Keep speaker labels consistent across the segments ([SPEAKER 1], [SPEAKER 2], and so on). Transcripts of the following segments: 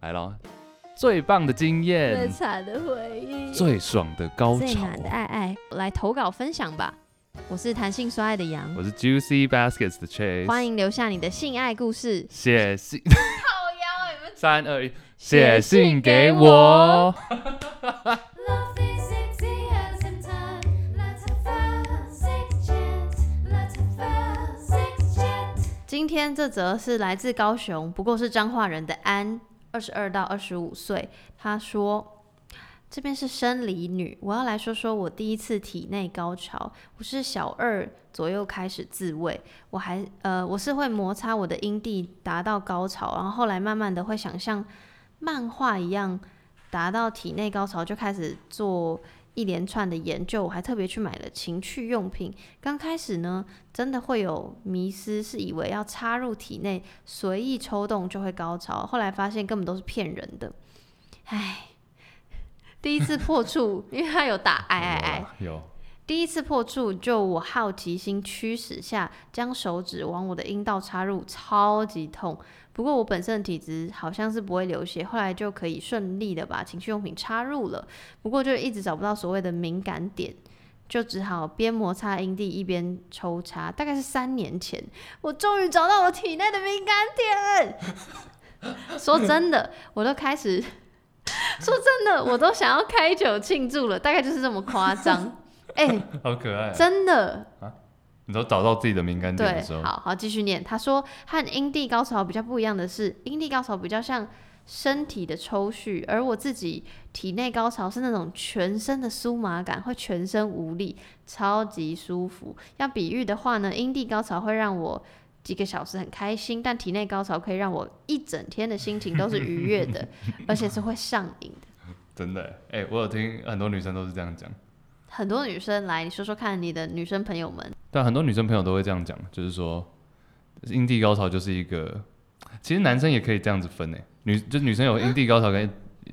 [SPEAKER 1] 来咯，最棒的经
[SPEAKER 2] 最
[SPEAKER 1] 验，
[SPEAKER 2] 惨的回忆，
[SPEAKER 1] 最爽的高
[SPEAKER 3] 最
[SPEAKER 1] 潮
[SPEAKER 3] 暖。的爱爱，来投稿分享吧。我是弹性说爱的羊，
[SPEAKER 1] 我是 Juicy Baskets 的 Chase，
[SPEAKER 3] 欢迎留下你的性爱故事。
[SPEAKER 1] 写信
[SPEAKER 2] 靠腰你们
[SPEAKER 1] 三二一，写
[SPEAKER 3] 写信
[SPEAKER 1] 信给
[SPEAKER 3] 给我
[SPEAKER 1] 我。
[SPEAKER 4] Love is easy as in time. Let's have a six chance. Let's have a six chance.
[SPEAKER 3] 今天这则是来自高雄，不过是彰化人的安，二十二到二十五岁。他说：“这边是生理女，我要来说说我第一次体内高潮。我是小二左右开始自慰，我还呃，我是会摩擦我的阴蒂达到高潮，然后后来慢慢的会想像漫画一样达到体内高潮，就开始做。”一连串的研究，我还特别去买了情趣用品。刚开始呢，真的会有迷失，是以为要插入体内随意抽动就会高潮，后来发现根本都是骗人的。唉，第一次破处，因为他有打哎爱爱爱，
[SPEAKER 1] 有
[SPEAKER 3] 第一次破处，就我好奇心驱使下，将手指往我的阴道插入，超级痛。不过我本身的体质好像是不会流血，后来就可以顺利的把情趣用品插入了。不过就一直找不到所谓的敏感点，就只好边摩擦阴蒂一边抽插。大概是三年前，我终于找到我体内的敏感点。 说真的，我都开始， 说真的，我都想要开酒庆祝了，大概就是这么夸张。哎、
[SPEAKER 1] 好可爱啊、
[SPEAKER 3] 真的，
[SPEAKER 1] 你都找到自己的敏感点
[SPEAKER 3] 对
[SPEAKER 1] 的时，候，
[SPEAKER 3] 好好继续念。他说和阴蒂高潮比较不一样的是，阴蒂高潮比较像身体的抽蓄，而我自己体内高潮是那种全身的酥麻感，会全身无力，超级舒服。要比喻的话呢，阴蒂高潮会让我。几个小时很开心，但体内高潮可以让我一整天的心情都是愉 悦的，而且是会上瘾的。
[SPEAKER 1] 真的哎、欸我有听很多女生都是这样讲，
[SPEAKER 3] 很多女生来，你说说看，你的女生朋友们，
[SPEAKER 1] 啊但很多女生朋友都会这样讲，就是说阴蒂高潮就是一个，其实男生也可以这样子分哎、女就是女生有阴蒂高潮跟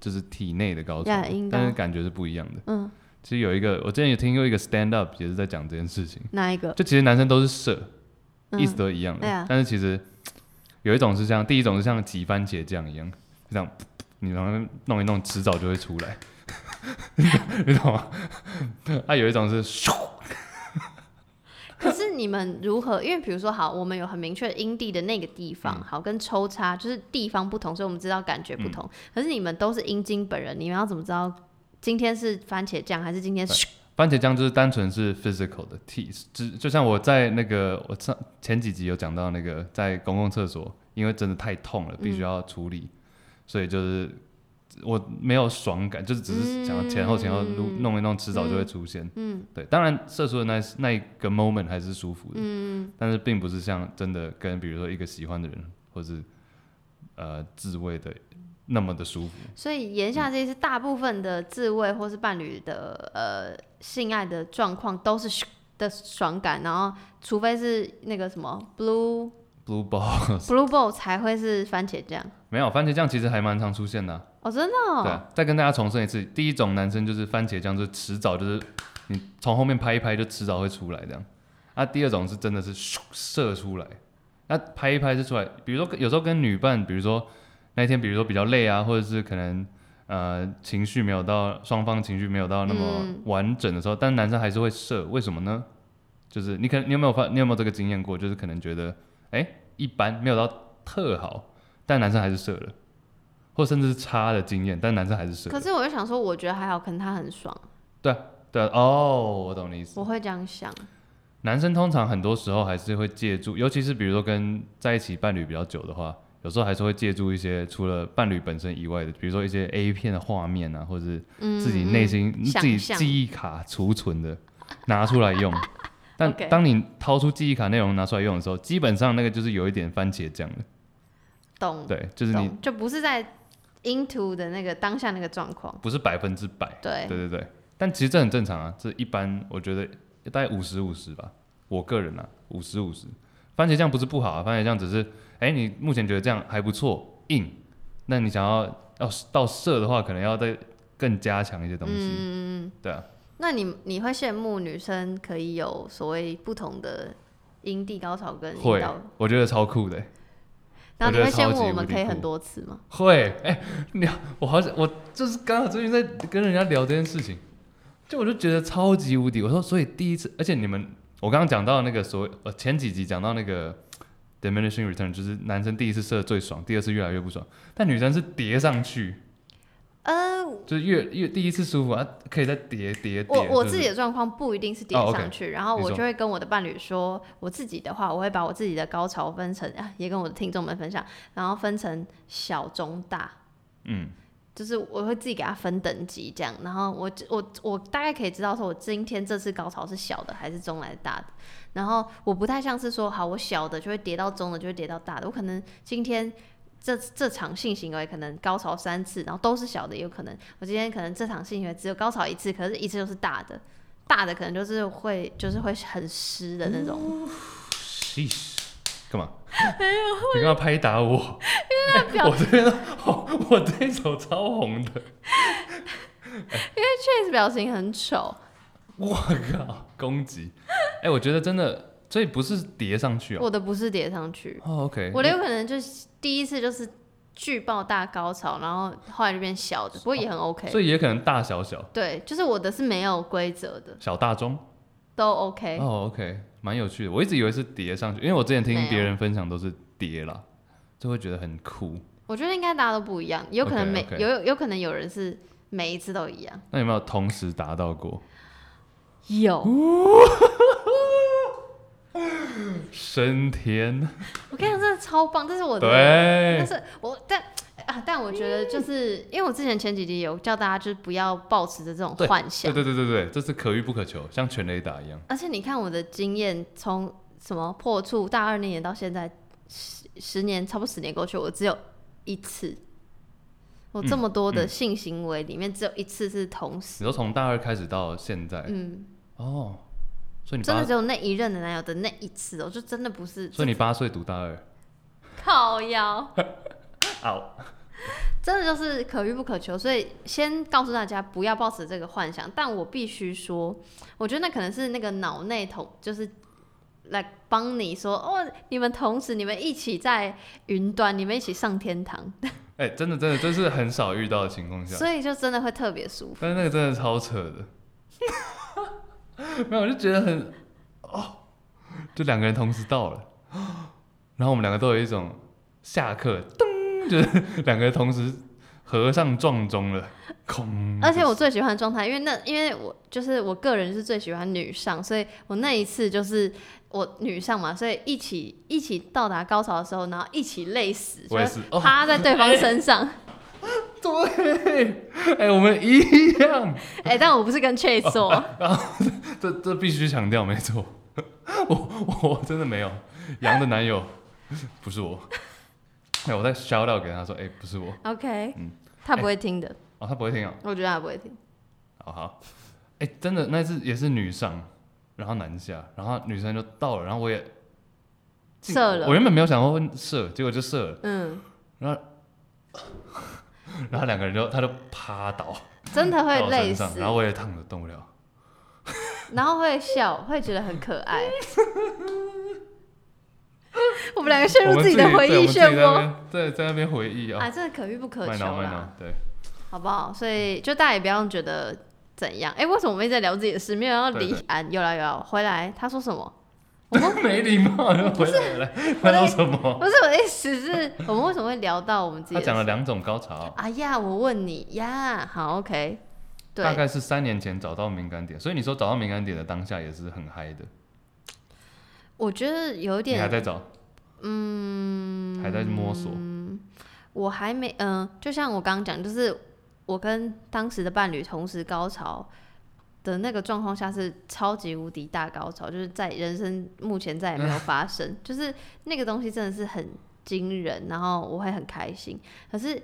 [SPEAKER 1] 就是体内的高潮
[SPEAKER 3] 嗯呀阴，道
[SPEAKER 1] 但是感觉是不一样的。
[SPEAKER 3] 嗯，
[SPEAKER 1] 其实有一个我之前有听过一个 stand up 也是在讲这件事情，
[SPEAKER 3] 哪一个？
[SPEAKER 1] 就其实男生都是射，
[SPEAKER 3] 嗯
[SPEAKER 1] 意思都一样的。
[SPEAKER 3] 对啊
[SPEAKER 1] 但是其实有一种是像第一种是像挤番茄酱一样，就这样你然后弄一弄，迟早就会出来， 你懂吗？ 啊，有一种是咻，
[SPEAKER 3] 可是你们如何？因为比如说，好，我们有很明确阴蒂的那个地
[SPEAKER 1] 嗯
[SPEAKER 3] 方，好跟抽插就是地方不同，所以我们知道感觉不
[SPEAKER 1] 嗯
[SPEAKER 3] 同。可是你们都是阴茎本人，你们要怎么知道今天是番茄酱还是今天是？
[SPEAKER 1] 番茄酱就是单纯是 physical 的 t，就就像我在那个我上前几集有讲到那个在公共厕所，因为真的太痛了，必须要处理，所以就是我没有爽感，就是只是想要前后前后撸弄一弄，迟早就会出现。嗯，对，当然射出的那那一个 moment 还是舒服的，嗯，但是并不是像真的跟比如说一个喜欢的人或是呃自慰的那么的舒服。
[SPEAKER 3] 所以言下之意是，大部分的自慰或是伴侣的呃性爱的状况都是咻的爽感，然后除非是那个什么 blue
[SPEAKER 1] Blue ball
[SPEAKER 3] blue ball 才会是番茄酱。
[SPEAKER 1] 没有番茄酱，其实还蛮常出现的啊、
[SPEAKER 3] 哦，真的
[SPEAKER 1] 对
[SPEAKER 3] 哦，
[SPEAKER 1] 啊，再跟大家重申一次，第一种男生就是番茄酱，就是迟早就是你从后面拍一拍，就迟早会出来这样。啊，第二种是真的是咻射出来，那、拍一拍就出来。比如说跟有时候跟女伴，比如说那一天，比如说比较累啊，或者是可能呃情绪没有到双方情绪没有到那么
[SPEAKER 3] 嗯
[SPEAKER 1] 完整的时候，但男生还是会射，为什么呢？就是你可能你有没有发你有没有这个经验过？就是可能觉得哎、一般没有到特好，但男生还是射了，或甚至是差的经验，但男生还是射
[SPEAKER 3] 可
[SPEAKER 1] 了。
[SPEAKER 3] 是我就想说，我觉得还好，可能他很爽，
[SPEAKER 1] 对啊哦，我懂你意思
[SPEAKER 3] 我。会这样想。
[SPEAKER 1] 男生通常很多时候还是会借助，尤其是比如说跟在一起伴侣比较久的话，有时候还是会借助一些除了伴侣本身以外的，比如说一些 A 片的画面啊，或者是
[SPEAKER 3] 嗯，
[SPEAKER 1] 自己内心、
[SPEAKER 3] 想
[SPEAKER 1] 自己
[SPEAKER 3] 象
[SPEAKER 1] 记忆卡储存的拿出来 用。但
[SPEAKER 3] OK
[SPEAKER 1] 当你掏出记忆卡内容拿出来用的时候，基本上那个就是有一点番茄酱了。
[SPEAKER 3] 懂
[SPEAKER 1] 对，就是你
[SPEAKER 3] 懂，就不是在 into 的那个当下那个状况。
[SPEAKER 1] 不是百分之百。
[SPEAKER 3] 对，
[SPEAKER 1] 对对对，但其实这很正常啊，这一般我觉得大概五十五十吧，我个人啊五十五十。番茄酱不是不好啊，番茄酱只是，哎、你目前觉得这样还不错，硬，那你想要要到射的话，可能要再更加强一些东西，
[SPEAKER 3] 嗯，
[SPEAKER 1] 对啊。
[SPEAKER 3] 那你你会羡慕女生可以有所谓不同的阴蒂高潮跟阴
[SPEAKER 1] 会
[SPEAKER 3] 道？，
[SPEAKER 1] 我觉得超酷的欸、
[SPEAKER 3] 然后你
[SPEAKER 1] 我觉得
[SPEAKER 3] 会
[SPEAKER 1] 超
[SPEAKER 3] 羡慕
[SPEAKER 1] 级
[SPEAKER 3] 我们
[SPEAKER 1] 无敌
[SPEAKER 3] 可以
[SPEAKER 1] 酷
[SPEAKER 3] 很多次吗？
[SPEAKER 1] 会，哎、你我好想，我就是刚好最近在跟人家聊这件事情，就我就觉得超级无敌。我说，所以第一次，而且你们，我刚刚讲到那个所谓，呃，前几集讲到那个 diminishing return，就是男生第一次射最爽，第二次越来越不爽，但女生是叠上去，
[SPEAKER 3] 呃，
[SPEAKER 1] 就是越越第一次舒服啊，可以再叠叠叠。
[SPEAKER 3] 我我
[SPEAKER 1] 就
[SPEAKER 3] 自
[SPEAKER 1] 是
[SPEAKER 3] 己的状况不一定是叠
[SPEAKER 1] 哦，OK
[SPEAKER 3] 上去，然后
[SPEAKER 1] 你
[SPEAKER 3] 我
[SPEAKER 1] 说
[SPEAKER 3] 就会跟我的伴侣说，我自己的话，我会把我自己的高潮分成，啊、也跟我的听众们分享，然后分成小、中、大，
[SPEAKER 1] 嗯，
[SPEAKER 3] 就是我会自己给它分等级这样，然后我我我大概可以知道说，我今天这次高潮是小的还是中来的大的，然后我不太像是说，好，我小的就会跌到中的，就会跌到大的，我可能今天。这这场性行为可能高潮三次，然后都是小的，也有可能我今天可能这场性行为只有高潮一次，可是一次都是大的，大的可能就是会就是会很湿的那种，
[SPEAKER 1] c 干嘛？
[SPEAKER 3] 哎
[SPEAKER 1] 你干嘛拍打我？
[SPEAKER 3] 表
[SPEAKER 1] 我这边都好，我这一手超红的。
[SPEAKER 3] 确实表情很丑。
[SPEAKER 1] 我靠， 攻击！哎、我觉得真的，所以不是叠上去哦。
[SPEAKER 3] 我的不是叠上去，
[SPEAKER 1] 哦，OK，
[SPEAKER 3] 我的有可能就是第一次就是巨爆大高潮，然后后来就变小的，不过也很 OK。
[SPEAKER 1] 哦所以也可能大小小
[SPEAKER 3] 对，就是我的是没有规则的，
[SPEAKER 1] 小大中。
[SPEAKER 3] 都 OK。
[SPEAKER 1] 哦，OK，蛮有趣的。我一直以为是叠上去，因为我之前听
[SPEAKER 3] 没有
[SPEAKER 1] 别人分享都是叠啦，就会觉得很酷。
[SPEAKER 3] 我觉得应该大家都不一样，有可能每
[SPEAKER 1] OK，OK
[SPEAKER 3] 有有有可能有人是每一次都一样，
[SPEAKER 1] 那有没有同时达到过？
[SPEAKER 3] 有。
[SPEAKER 1] 升天，
[SPEAKER 3] 我跟你讲，真的超棒，这是我的
[SPEAKER 1] 对
[SPEAKER 3] 但，是我但啊，但我觉得就是因为我之前前几集有叫大家就是不要抱持着这种
[SPEAKER 1] 对
[SPEAKER 3] 幻
[SPEAKER 1] 对
[SPEAKER 3] 想，
[SPEAKER 1] 对对对对，这是可遇不可求，像全雷达一样。
[SPEAKER 3] 而且你看我的经验，从什么破处大二那年到现在十十年，差不多十年过去，我只有一次。我这么多的性行为里面，只有一次是同
[SPEAKER 1] 你，
[SPEAKER 3] 时
[SPEAKER 1] 说从大二开始到现在，
[SPEAKER 3] 嗯，
[SPEAKER 1] 哦，所以你
[SPEAKER 3] 真
[SPEAKER 1] 八
[SPEAKER 3] 的，只有那一任的男友的那一次，哦我就真的不是
[SPEAKER 1] 嗯所以你八岁读大二，
[SPEAKER 3] 靠腰，
[SPEAKER 1] 哦，
[SPEAKER 3] 真的就是可遇不可求。所以先告诉大家，不要抱持这个幻想。但我必须说，我觉得那可能是那个脑内同，就是来帮你说哦，你们同时，你们一起在云端，你们一起上天堂，
[SPEAKER 1] 哎、真的真的，这是很少遇到的情况下，
[SPEAKER 3] 所以就真的会特别舒服。
[SPEAKER 1] 但是那个真的超扯的， 没有，我就觉得很哦，就两个人同时到了，然后我们两个都有一种下课噔，就是 两个人同时合上撞钟了，空。
[SPEAKER 3] 而且我最喜欢的状态，因为那因为我就是我个人是最喜欢女上，所以我那一次就是我女上嘛，所以一起一起到达高潮的时候，然后一起累死，
[SPEAKER 1] 我也是
[SPEAKER 3] 就
[SPEAKER 1] 哦
[SPEAKER 3] 趴在对方身上。
[SPEAKER 1] 对，哎、我们一样，
[SPEAKER 3] 哎、但我不是跟 Chase 做，
[SPEAKER 1] 这这必须强调，没错， 我我真的没有，杨的男友不是我，哎、我在 shout out 给他说，哎、不是我，
[SPEAKER 3] OK，、
[SPEAKER 1] 嗯
[SPEAKER 3] 他不会听的，
[SPEAKER 1] 哦，他不会听啊、
[SPEAKER 3] 我觉得他不会听。
[SPEAKER 1] 好哦好，哎、真的那次也是女上，然后男下，然后女生就到了，然后我也进
[SPEAKER 3] 射了
[SPEAKER 1] 我原本没有想过会射，结果就射了，
[SPEAKER 3] 嗯，
[SPEAKER 1] 然后两个人就他就趴倒
[SPEAKER 3] 真的
[SPEAKER 1] 在
[SPEAKER 3] 会
[SPEAKER 1] 我
[SPEAKER 3] 累
[SPEAKER 1] 身
[SPEAKER 3] 死
[SPEAKER 1] 上，，然后我也烫着动不了。
[SPEAKER 3] 然后会笑，会觉得很可 爱。我们两个陷
[SPEAKER 1] 我
[SPEAKER 3] 入
[SPEAKER 1] 们
[SPEAKER 3] 自己的回
[SPEAKER 1] 对我
[SPEAKER 3] 忆
[SPEAKER 1] 们自己
[SPEAKER 3] 漩
[SPEAKER 1] 在那
[SPEAKER 3] 涡，
[SPEAKER 1] 边对，在那边回忆
[SPEAKER 3] 啊，
[SPEAKER 1] 啊，
[SPEAKER 3] 真的可遇不可
[SPEAKER 1] 卖
[SPEAKER 3] 求啊
[SPEAKER 1] 脑卖
[SPEAKER 3] 啦
[SPEAKER 1] 脑，，对，
[SPEAKER 3] 好不好？所以就大家也不要觉得怎样。哎、为什么我们一直在聊自己的事，没有人要
[SPEAKER 1] 对
[SPEAKER 3] 理
[SPEAKER 1] 对
[SPEAKER 3] 安？有啦有啦，回来他说什么？
[SPEAKER 1] 没礼貌，然后回来回来，回到什么？
[SPEAKER 3] 不是我的意思是，我们为什么会聊到我们自己
[SPEAKER 1] 哦他
[SPEAKER 3] 的事？
[SPEAKER 1] 讲了两种高潮，
[SPEAKER 3] 哎呀，我问你呀，好 OK，对，
[SPEAKER 1] 大概是三年前找到敏感点，所以你说找到敏感点的当下也是很嗨的，
[SPEAKER 3] 我觉得有
[SPEAKER 1] 你还
[SPEAKER 3] 点，
[SPEAKER 1] 在找，嗯，还在摸索，
[SPEAKER 3] 我还没，嗯、就像我刚刚讲，就是我跟当时的伴侣同时高潮的那个状况下是超级无敌大高潮，就是在人生目前再也没有发生，就是那个东西真的是很惊人，然后我会很开心。可是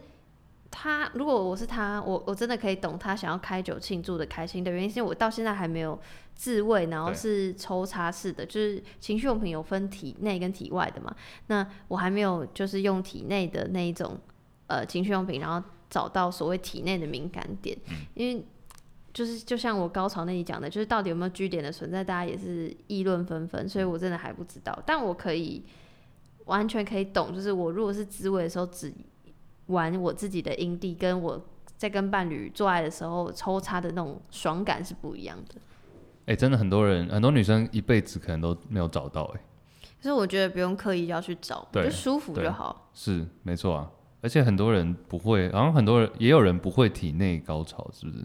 [SPEAKER 3] 他如果我是他，我我真的可以懂他想要开酒庆祝的开心的原因，是因为我到现在还没有自慰，然后
[SPEAKER 1] 对
[SPEAKER 3] 是抽插式的，就是情趣用品有分体内跟体外的嘛。那我还没有就是用体内的那一种呃情趣用品，然后找到所谓体内的敏感点，因为。就是就像我高潮那里讲的，就是到底有没有据点的存在，大家也是议论纷纷，所以我真的还不知道。但我可以完全可以懂，就是我如果是自慰的时候，只玩我自己的阴蒂，跟我在跟伴侣做爱的时候抽插的那种爽感是不一样的。
[SPEAKER 1] 哎、真的很多人，很多女生一辈子可能都没有找到、欸，
[SPEAKER 3] 可是我觉得不用刻意要去找，
[SPEAKER 1] 对
[SPEAKER 3] 就舒服
[SPEAKER 1] 对
[SPEAKER 3] 就好。
[SPEAKER 1] 是没错啊。而且很多人不会，好像很多人也有人不会体内高潮，是不是？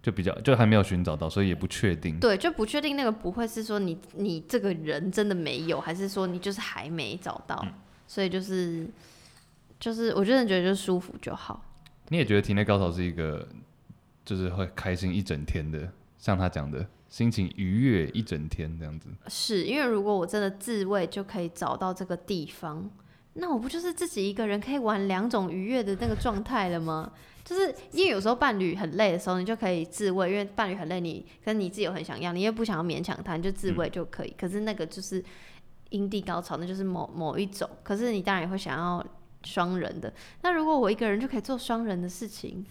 [SPEAKER 1] 就比较就还没有寻找到，所以也不确定。
[SPEAKER 3] 对，就不确定那个不会是说你你这个人真的没有，还是说你就是还没找到，所以就是就是我真的觉得就舒服就好。
[SPEAKER 1] 你也觉得体内高潮是一个，就是会开心一整天的，像他讲的，心情愉悦一整天这样子。
[SPEAKER 3] 是因为如果我真的自慰就可以找到这个地方，那我不就是自己一个人可以玩两种愉悦的那个状态了吗？就是因为有时候伴侣很累的时候，你就可以自慰，因为伴侣很累，你跟你自己又很想要，你又不想要勉强他，你就自慰就可以。可是那个就是阴蒂高潮，那就是某某一种。可是你当然也会想要双人的。那如果我一个人就可以做双人的事情，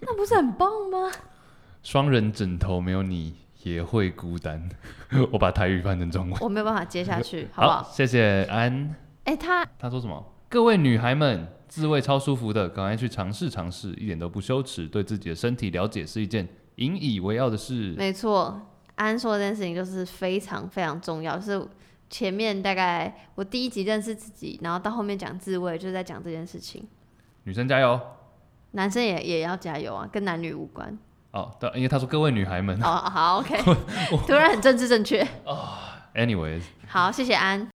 [SPEAKER 3] 那不是很棒吗？
[SPEAKER 1] 双人枕头没有你也会孤单， 我把台语翻成中文。
[SPEAKER 3] 我没有办法接下去，好不好？
[SPEAKER 1] 谢谢安。
[SPEAKER 3] 哎、他
[SPEAKER 1] 他说什么？各位女孩们，自慰超舒服的，赶快去尝试尝试，一点都不羞耻，对自己的身体了解是一件引以为傲的事。
[SPEAKER 3] 没错，安说的这件事情就是非常非常重要，就是前面大概我第一集认识自己，然后到后面讲自慰，就是在讲这件事情。
[SPEAKER 1] 女生加油！
[SPEAKER 3] 男生也也要加油啊，跟男女无关。
[SPEAKER 1] 哦，对，因为他说各位女孩们。
[SPEAKER 3] 哦，好，OK，突然很政治正确。
[SPEAKER 1] Anyways，
[SPEAKER 3] 好，谢谢安。